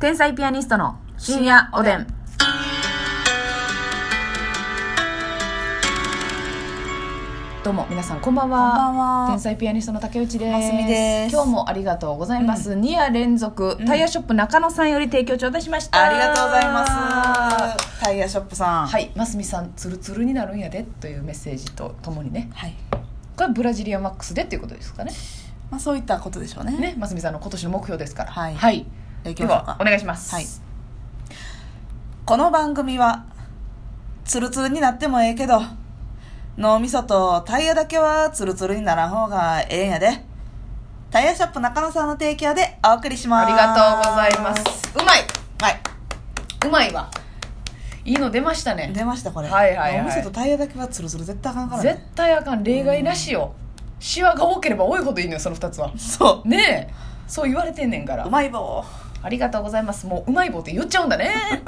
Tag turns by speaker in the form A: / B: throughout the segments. A: 天才ピアニストの深夜おでん。どうも皆さんこんばんは。
B: こんばんは
A: 天才ピアニストの竹内です。
B: ますみです
A: 今日もありがとうございます。2夜連続、タイヤショップ中野さんより提供頂戴しました。
B: ありがとうございますタイヤショップさん、
A: はいい、ますみさんツルツルになるんやでというメッセージとともにね、
B: はい
A: これブラジリアンマックスでっていうことですかね。
B: まあ、そういったことでしょうね
A: ね、ますみさんの今年の目標ですから。
B: はい
A: はい。
B: じゃあ行き
A: で
B: ましょう
A: は
B: か
A: お願いします。
B: はいこの番組はツルツルになってもええけど脳みそとタイヤだけはツルツルにならん方がええんやでタイヤショップ中野さんの提供でお送りしま
A: あ
B: す
A: りがとうございます。うまい。
B: はいう
A: まいわ。いいの出ましたね。
B: 出ましたこれ、
A: はいはいはい
B: 脳みそとタイヤだけはツルツル絶対あかんから
A: 絶
B: ね
A: 対あかん例外なしよ。シワが多ければ多いほどいいのよその二つは。
B: そ
A: ねえ、そう言われてんねんか
B: うう
A: ら。
B: まい棒
A: ありがとうございます。もううまい棒って言っちゃうんだね。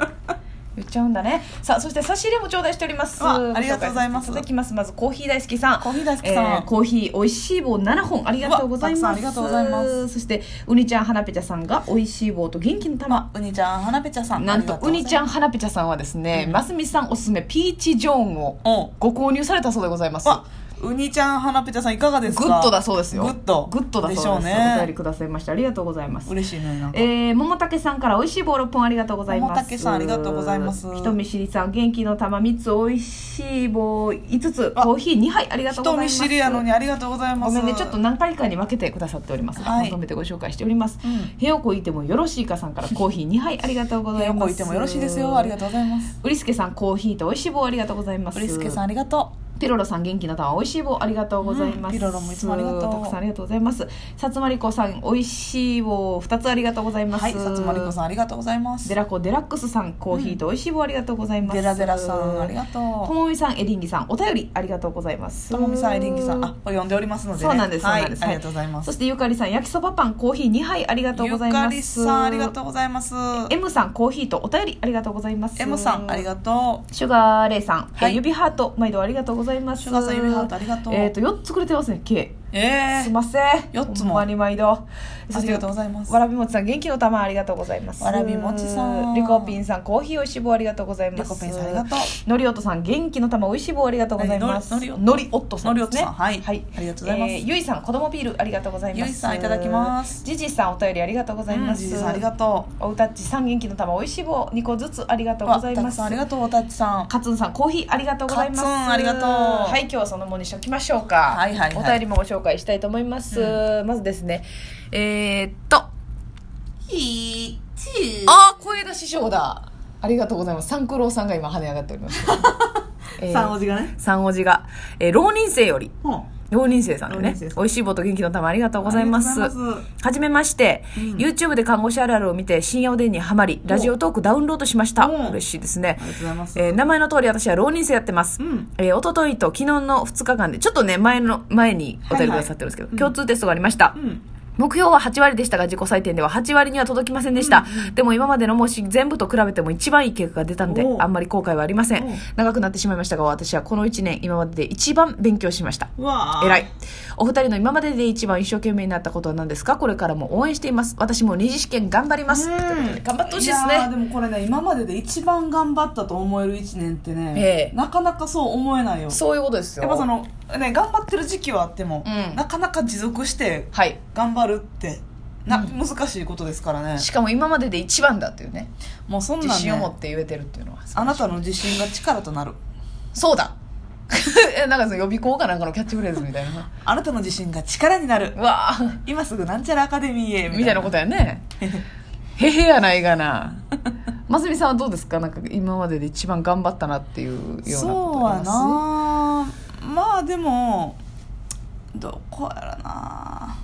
A: 言っちゃうんだね。さあそして差し入れも頂戴しております。
B: わありがとうございま
A: ご紹介させて
B: す
A: いただきます。まずコーヒー大好きさん。
B: コーヒー大好きさん
A: えーコーヒー美味しい棒7本ありがとうございます。
B: うわたくさんありがとうございます。
A: そしてうにちゃんはなぺちゃさんが美味しい棒と元気の玉。
B: うにちゃんはなぺちゃさん
A: なんと
B: ありが
A: う
B: うござい
A: に
B: ます
A: ちゃんはなぺちゃさんはですね、
B: うん
A: ますみさんおすすめピーチジョーンを
B: うん
A: ご購入されたそうでございます
B: あ、ウニちゃん、はなぺちゃんさんいかがですか
A: グッドだそうですよ
B: グッド。
A: グッドだそうで
B: ですしょう
A: お便り
B: ね。
A: くださいましてありがとうございます
B: 嬉しいね、なんか。
A: えー、桃竹さんから美味しい棒6本ありがとうございます
B: 桃竹さんありがとうございます
A: 人見知りさん元気の玉3つ美味しい棒5つ
B: あ
A: コーヒー2杯ありがとうござ
B: 人
A: いま
B: 見
A: す
B: 知りやのにありがとうございま
A: ご
B: す。
A: めんねちょっと何回かに分けてくださっておりますが、
B: はい
A: まとめてご紹介しております、
B: うん
A: 部屋をこいてもよろしいかさんからコーヒー2杯ありがとうご ざい
B: 手を
A: ま
B: こ
A: す
B: いてもよろしいですよ。ありがとうございます。
A: うりすけさんコーヒーと美味しい棒ありがとうございます
B: うりすけさんありがと
A: ピロロさん元気な玉美味しい棒ありがとうございます、
B: うんピロロもいつもありがとう。
A: たくさんありがとうございますさつまりこさん美味しい棒二つありがとうございうます
B: はい、さつまりこさんありがとうございます。
A: デラコデラックスさんコーヒーと美味しい棒ありがとうございます、
B: デラデラさんありが
A: と
B: と
A: もみさんエリンギさんお便りありがとうございます
B: う。ともみさん、エリンギさん、あ、これ呼んでおりますのでね。
A: そうなんです、
B: はい、
A: そうなん
B: あり
A: です
B: がとうございま
A: そ
B: す。
A: してゆかりさん焼きそばパンコーヒー2杯ありがとうご
B: ゆ
A: ざいます
B: かりさん、ありがとうございます。
A: M さんコーヒーとお便りありがとうございます
B: M さん、ありがとう。
A: シュガーレイさん、え
B: はい
A: 指ハート毎度ありがとうございます
B: シュガーさん、ゆみはートありがとう。
A: えっ、と4つくれてますね K
B: え
A: すい
B: ー
A: ません
B: 四つも
A: ほんまに毎度
B: ありがとうございます
A: わ。らびもちさん元気の玉ありがとうございます
B: わらびもちさん
A: リコピンさんコーヒーおいしい棒ありがとうございます
B: リコペンさん、ありがとう。
A: のりおとさん元気の玉おいしい棒ありがとうございます
B: のりのりおと
A: のりおっとさんですね
B: のりおとさんはいありがとうございます
A: えーゆいさん子供ビールありがとうございます
B: ゆいさんいただきます
A: じじさんお便りありがとうございます、
B: うん、じいさんありがと
A: おうたっちさん元気の玉おいしい棒2個ずつありが
B: う
A: とうござい
B: わた
A: ま
B: く
A: す
B: さんありがとうおたちさん
A: カツンさんコーヒーありがとうございます
B: カツンありがとう
A: はい今日はそのものにしときましょうか
B: はいはいはい
A: お便りもご紹介したいと思います、まずですねえー、っと
B: ひー
A: あー声出し賞だありがとうございます三九郎さんが今跳ね上がっております えー
B: さんおじがね
A: 三おじが、えー浪人生より
B: うんあ
A: 浪人生さんで
B: 浪
A: ね
B: 人生さ
A: 美
B: ん
A: 味しい棒と元気の玉ありがとうございます
B: りがとうございます
A: はじめまして、
B: うん
A: YouTube で看護師あるあるを見て深夜おでんにはまりラジオトークダウンロードしました
B: うん
A: 嬉しいですね
B: ありがとうございます
A: えー名前の通り私は浪人生やってます、
B: うん
A: えー、一昨日と昨日の2日間でちょっとね前の前にお便りくださってるんですけど、
B: はいはいうん
A: 共通テストがありました、
B: うん
A: 目標は8割でしたが自己採点では8割には届きませんでした、でも今までのもし全部と比べても一番いい結果が出たので
B: おう
A: あんまり後悔はありません
B: おう
A: 長くなってしまいましたが私はこの1年今までで一番勉強しました
B: うわー
A: えらいお二人の今までで一番一生懸命になったことは何ですかこれからも応援しています私も二次試験頑張ります
B: うん
A: ということで頑張ってほしい
B: い
A: です
B: やー
A: ね
B: でもこれね今までで一番頑張ったと思える一年って
A: え
B: ね
A: え
B: なかなかそう思えないよ
A: そういうことですよ
B: やっぱそのね頑張ってる時期はあっても
A: うん
B: なかなか持続して
A: はい
B: 頑張るってな難しいことですからね
A: しかも今までで一番だっていうね
B: もうそんなん
A: 自信を持
B: ね
A: って言えてるっていうのは
B: あなたの自信が力となる
A: そうだ えなんかその予備校かなんかのキャッチフレーズみたい な
B: あなたの自信が力になる
A: うわあ
B: 今すぐなんちゃらアカデミーへ
A: みたいなことやねへへやないがなますみさんはどうですかなんか今までで一番頑張ったなっていうようなこと
B: そう
A: あ
B: や
A: ります
B: なまあでもどこやらな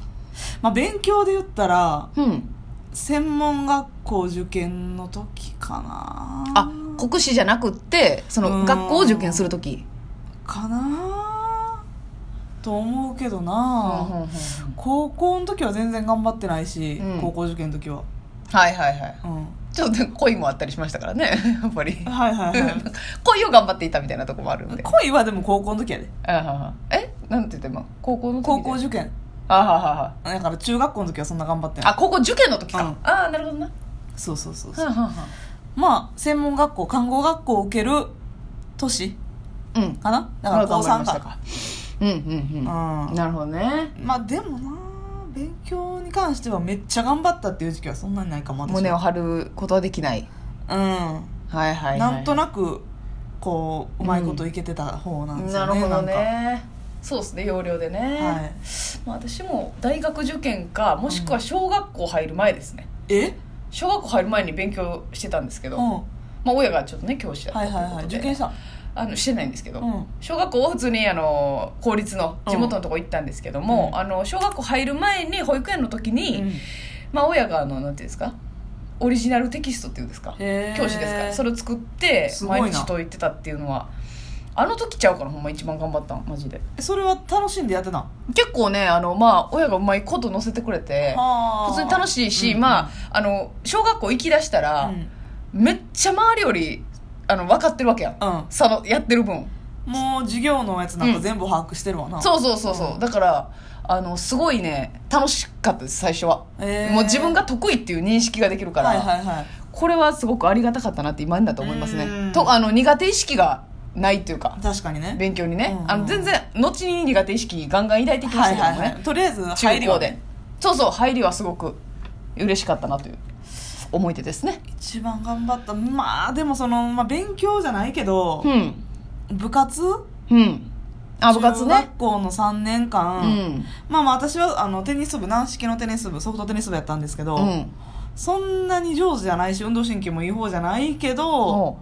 B: まあ勉強で言ったら
A: うん
B: 専門学校受験の時かな
A: あ国試じゃなくってその
B: うん
A: 学校を受験する時
B: かなと思うけど
A: うん
B: な、
A: うんうんうん
B: 高校の時は全然頑張ってないし、
A: うん
B: 高校受験の時は、
A: はいはいはい
B: うん、
A: ちょっと恋もあったりしましたからね やっぱり
B: はいはいはい
A: 恋を頑張っていたみたいなとこもあるんで
B: 恋はでも高校の時やで
A: あははえなんて言っても高校の時で
B: 高校受験
A: あははは
B: だから中学校の時はそんな頑張ってない
A: あ高校受験の時か、
B: うん
A: ああなるほどな
B: そうそうそう
A: は
B: そ
A: ん
B: う
A: はんはん
B: まあ専門学校看護学校を受ける年
A: うん
B: かなだから高3か
A: うんうん
B: う
A: うんんなるほどね
B: まあでもな勉強に関してはめっちゃ頑張ったっていう時期はそんなにないかも私は
A: 胸を張ることはできない
B: うん
A: はいはいはい
B: なんと
A: な
B: なくこううまいこといけてた方なんです
A: な
B: よ
A: る
B: ね、
A: ほど
B: なん
A: ねそうですね要領でね、
B: かはい
A: まあ、私も大学受験かもしくは小学校入る前ですね、
B: え
A: 小学校入る前に勉強してたんですけ
B: う
A: ど、
B: ん
A: まあ、親がちょっとね教師だった
B: はいはい
A: というこ
B: はい
A: とで、
B: 受験した
A: あのしてないんですけど、
B: うん
A: 小学校は普通にあの公立の地元のとこ行ったんですけども、
B: うん
A: あの小学校入る前に保育園の時に、まあ、親があのなんていうんですかオリジナルテキストっていうんですか
B: へー
A: 教師ですかそれを作って
B: すごいな
A: 毎日解いてたっていうのはあの時ちゃうからほんま一番頑張ったのマジで
B: それは楽しんでやってた
A: 結構ねあの、まあ、親がうまいこと載せてくれて
B: 普
A: 普通に楽しいし、まあ、あの小学校行きだした
B: あ
A: ら
B: うん、
A: めっちゃ周りよりあの分かってるわけやん、
B: うん
A: そのやってる分
B: もう授業のやつなんか全部把握してるわな、
A: そうそうそうそう、
B: うん
A: だからあのすごいね楽しかったです最初は、
B: へー
A: もう自分が得意っていう認識ができるから、
B: はいはいはい
A: これはすごくありがたかったなって今になって思います
B: うん
A: ねとあの苦手意識がないというか
B: 確かにね
A: 勉強にね、
B: うん
A: あの全然後に苦手意識ガンガン抱いてきました
B: はい
A: けどね、
B: はいはいとりあえず入
A: 中
B: り
A: 高
B: は
A: でそうそう入りはすごく嬉しかったなという思い出ですね
B: 一番頑張ったまあでもその、まあ、勉強じゃないけど
A: う、ん
B: 部活
A: うんあ部活
B: 中
A: ね
B: 学校の3年
A: う
B: 間、
A: ん
B: まあまあ私はあのテニス部軟式のテニス部ソフトテニス部やったんですけど、
A: うん
B: そんなに上手じゃないし運動神経もいい方じゃないけど
A: お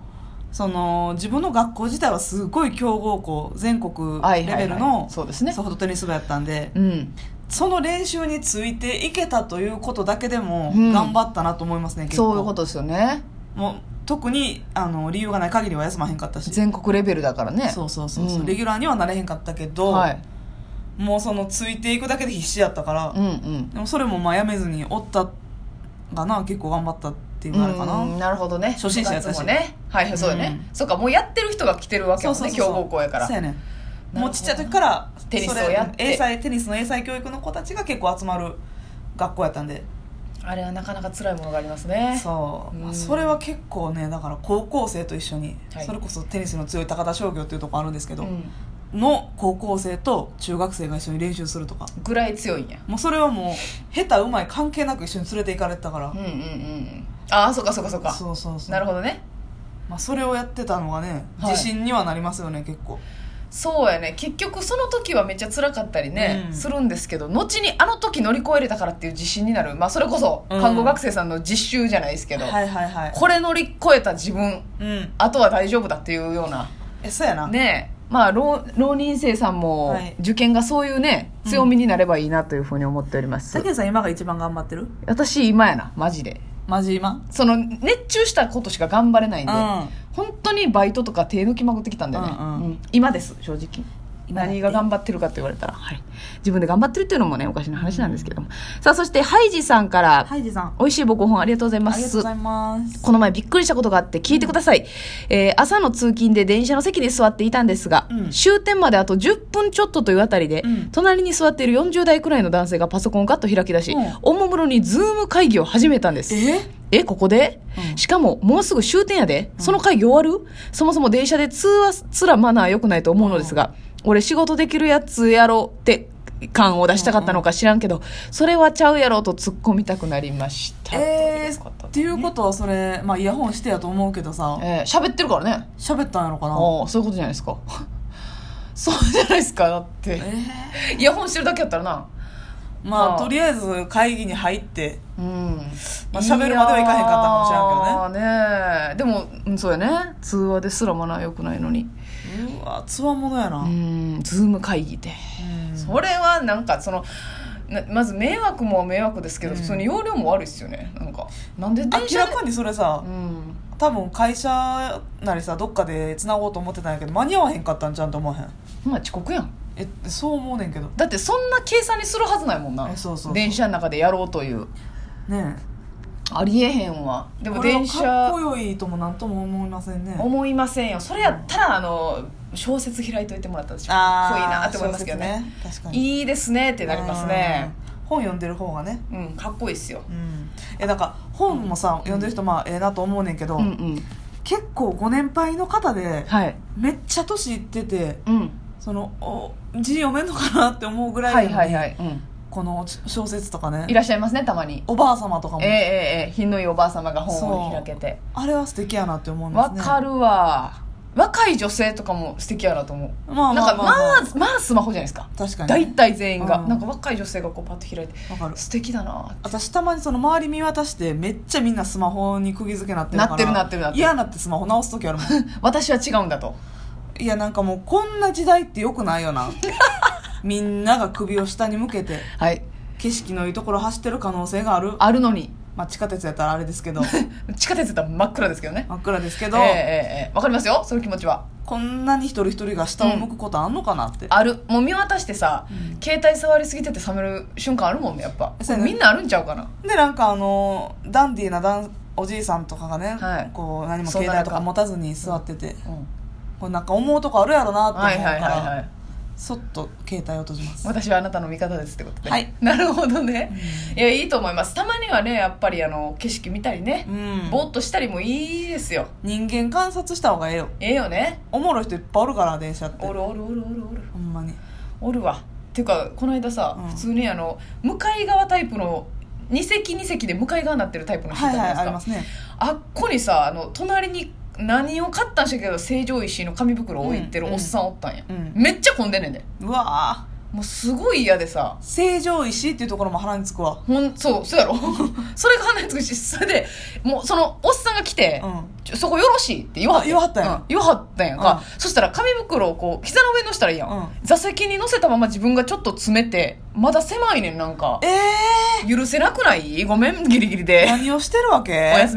B: その自分の学校自体はすごい強豪校全国
A: はい
B: レ
A: はい、はい、
B: ベルのソ
A: そうですね
B: フトテニス部やったんで
A: うん
B: その練習についていけたということだけでも
A: うん
B: 頑張ったなと思いますね、結構
A: そういうことですよね
B: もう特にあの理由がない限りは休まへんかったし
A: 全国レベルだからね
B: そうそうそうそう、
A: うん
B: レギュラーにはなれへんかったけど、
A: はい
B: もうそのついていくだけで必死やったから、
A: うんうん
B: でもそれもまあやめずにおったがな結構頑張ったっていうのあれかな、
A: うんなるほどね
B: 初心者やったし
A: 部活もねはいはいそうだね、
B: う
A: そうかもうやってる人が来てるわけ
B: そ
A: よ
B: う
A: ね
B: そうそう
A: 強豪校やから
B: そうやねん
A: ど
B: もうちっちゃい時から
A: テニスをやって
B: それ英才テニスの英才教育の子たちが結構集まる学校やったんで
A: あれはなかなか辛いものがありますね
B: そう、まあ
A: うん
B: それは結構ねだから高校生と一緒に、
A: はい
B: それこそテニスの強い高田商業っていうとこあるんですけど、
A: ん
B: の高校生と中学生が一緒に練習するとか
A: ぐらい強いんや
B: もうそれはもう下手うまい関係なく一緒に連れて行かれてたから、
A: うんうんうんああそうかそうかそうか
B: そうそうそう
A: なるほどね
B: まあ、それをやってたのがね、
A: はい
B: 自信にはなりますよね結構
A: そうやね結局その時はめっちゃ辛かったりね、
B: うん
A: するんですけど後にあの時乗り越えれたからっていう自信になる、まあ、それこそ
B: うん
A: 看護学生さんの実習じゃないですけど、
B: はいはいはい
A: これ乗り越えた自分
B: うん
A: あとは大丈夫だっていうような
B: えそうやな、
A: ねえまあ浪浪人生さんも
B: はい
A: 受験がそういうね
B: うん
A: 強みになればいいなというふうに思っております、
B: 竹内さん今が一番頑張ってる
A: 私今やなマジで
B: マジ今
A: その熱中したことしか頑張れないんで、
B: うん
A: 本当にバイトとか手抜きまくってきたんだよね、
B: うんうん
A: うん今です正直
B: 今だって
A: 何が頑張ってるかと言われたら、はい、自分で頑張ってるっていうのもねおかしな話なんですけども、さあそしてハイジさんから、
B: ハイジさん
A: 美味しいご本ありがとうございま
B: ありがとうご
A: す
B: ざいます
A: この前びっくりしたことがあって聞いてください、えー朝の通勤で電車の席に座っていたんですが、
B: うん
A: 終点まであと10分ちょっとというあたりで、
B: うん
A: 隣に座っている40代くらいの男性がパソコンをガッと開き出し、
B: うん
A: おもむろにズーム会議を始めたんです
B: え
A: えここで、
B: うん
A: しかももうすぐ終点やでその会議終わる、そもそも電車で通話すらマナー良くないと思うのですが、俺仕事できるやつやろって感を出したかったのか知らんけど、それはちゃうやろと突っ込みたくなりましたとい
B: え
A: う
B: ー、
A: こ
B: っ
A: と
B: ていうことはそれ、まあ、イヤホンしてやと思うけどさ
A: えー喋ってるからね
B: 喋ったんやろかな
A: ああそういうことじゃないですか そうじゃないですかだって
B: え
A: イヤホンしてるだけやったらな
B: ー、ま
A: あ
B: あ
A: あ
B: とりあえず会議に入って
A: うん
B: まあ喋るまではいかへんかったかもしれんけどね
A: いやーねでもうんそうやね通話ですらマナー良くないのに
B: うわつわものやな、
A: うんズーム会議で
B: うん
A: それはなんかそのなまず迷惑も迷惑ですけど、
B: うん
A: 普通に容量も悪いっすよねなんかなんで電
B: 明
A: 車
B: ら
A: で
B: かにそれさ
A: うん
B: 多分会社なりさどっかでつなごうと思ってたんやけど間に合わへんかったんじゃうんと思わへん
A: ほんま遅刻やん
B: えそう思うねんけど
A: だってそんな計算にするはずないもんな
B: えそうそうそう
A: 電車の中でやろうという
B: ね
A: ありえへんわで
B: え
A: も
B: これは
A: 電
B: かっ
A: 車
B: こよいともなんとも思いませんね
A: 思いませんよそれやったらあの小説開いといてもらったら私かっ
B: あー
A: こいいなって思いますけどね
B: 小説確かに
A: いいですねってなりますね
B: うん本読んでる方がね
A: うんかっこいいっすよ
B: うんえなんか本もさ、読んでる人まあええなと思うねんけど、
A: うんうん
B: 結構ご年配の方で、
A: はい
B: めっちゃ年いってて
A: うん
B: そのお字読めんのかなって思うぐらいな
A: は
B: の
A: い
B: に
A: はいはい、うん、
B: この小説とかね
A: いらっしゃいますねたまに
B: おばあ様とかも、
A: ええええええ品のいいおばあ様が本を開けて
B: あれは素敵やなって思うんで
A: わ
B: すね
A: かるわ若い女性とかも素敵やなと思う
B: まあまあまあまあ
A: なんかまあまあスマホじゃないですか
B: 確かに
A: 大体全員が、
B: うん
A: なんか若い女性がこうパッと開いて
B: わかる
A: 素敵だな
B: 私たまにその周り見渡してめっちゃみんなスマホに釘付けなってるから
A: なってるなってるなってる
B: 嫌なってスマホ直す時あるもん
A: 私は違うんだと
B: いやなんかもうこんな時代ってよくないよ なみんなが首を下に向けて
A: はい
B: 景色のいいところ走ってる可能性がある
A: あるのに
B: まあ地下鉄やったらあれで すけど
A: 地下鉄だったら真っ暗ですけどね
B: 真っ暗ですけ
A: え
B: ど、
A: えええええわかりますよその気持ちは
B: こんなに一人一人が下を向くことあんのかなって、
A: あるもう見渡してさ、
B: うん
A: 携帯触りすぎてて冷める瞬間あるもんねやっぱ
B: そうやね
A: みんなあるんちゃうかな
B: でなんかあのダンディーなダンおじいさんとかがね、
A: はい
B: こう何も
A: そう
B: 携
A: なるか
B: 帯とか持たずに座ってて、
A: うん
B: これなんか思うとこあるやろなって思
A: は
B: う
A: い
B: から、
A: はいはいはい
B: そっと携帯を閉じます
A: 私はあなたの味方ですってことで、
B: はい
A: なるほどねいやいいと思いますたまにはねやっぱりあの景色見たりね
B: う、ん
A: ぼーっとしたりもいいですよ
B: 人間観察した方がええよ
A: ええよね
B: おもろい人いっぱいおるから電車って
A: おるおるおるおるおる
B: ほんまに
A: おるわっていうかこの間さ、
B: うん
A: 普通にあの向かい側タイプの2席2席で向かい側になってるタイプの人い
B: は
A: た
B: い
A: じゃ
B: は
A: ないいです
B: あ
A: か、
B: りま
A: あ
B: すね
A: っこにさあの隣に何を買ったんしたけど成城石井の紙袋を置いてる
B: うん
A: おっさんおったんや、
B: うん
A: めっちゃ混んでんねんで
B: うわ
A: もうすごい嫌でさ
B: ー成城石井っていうところも腹につくわ
A: ほんそうそうやろ それが鼻につくしそれでもうそのおっさんが来て、
B: うん
A: ちょそこよろしいって言わは
B: あ言わはったんや
A: うん言わはったんやんか、
B: う
A: そしたら紙袋をこう膝の上に乗せたらいいやん、
B: うん
A: 座席に乗せたまま自分がちょっと詰めてまだ狭いねんなんか
B: ええ
A: 許せなくないごめんギリギリで
B: ー、何をしてるわけ
A: おやすみ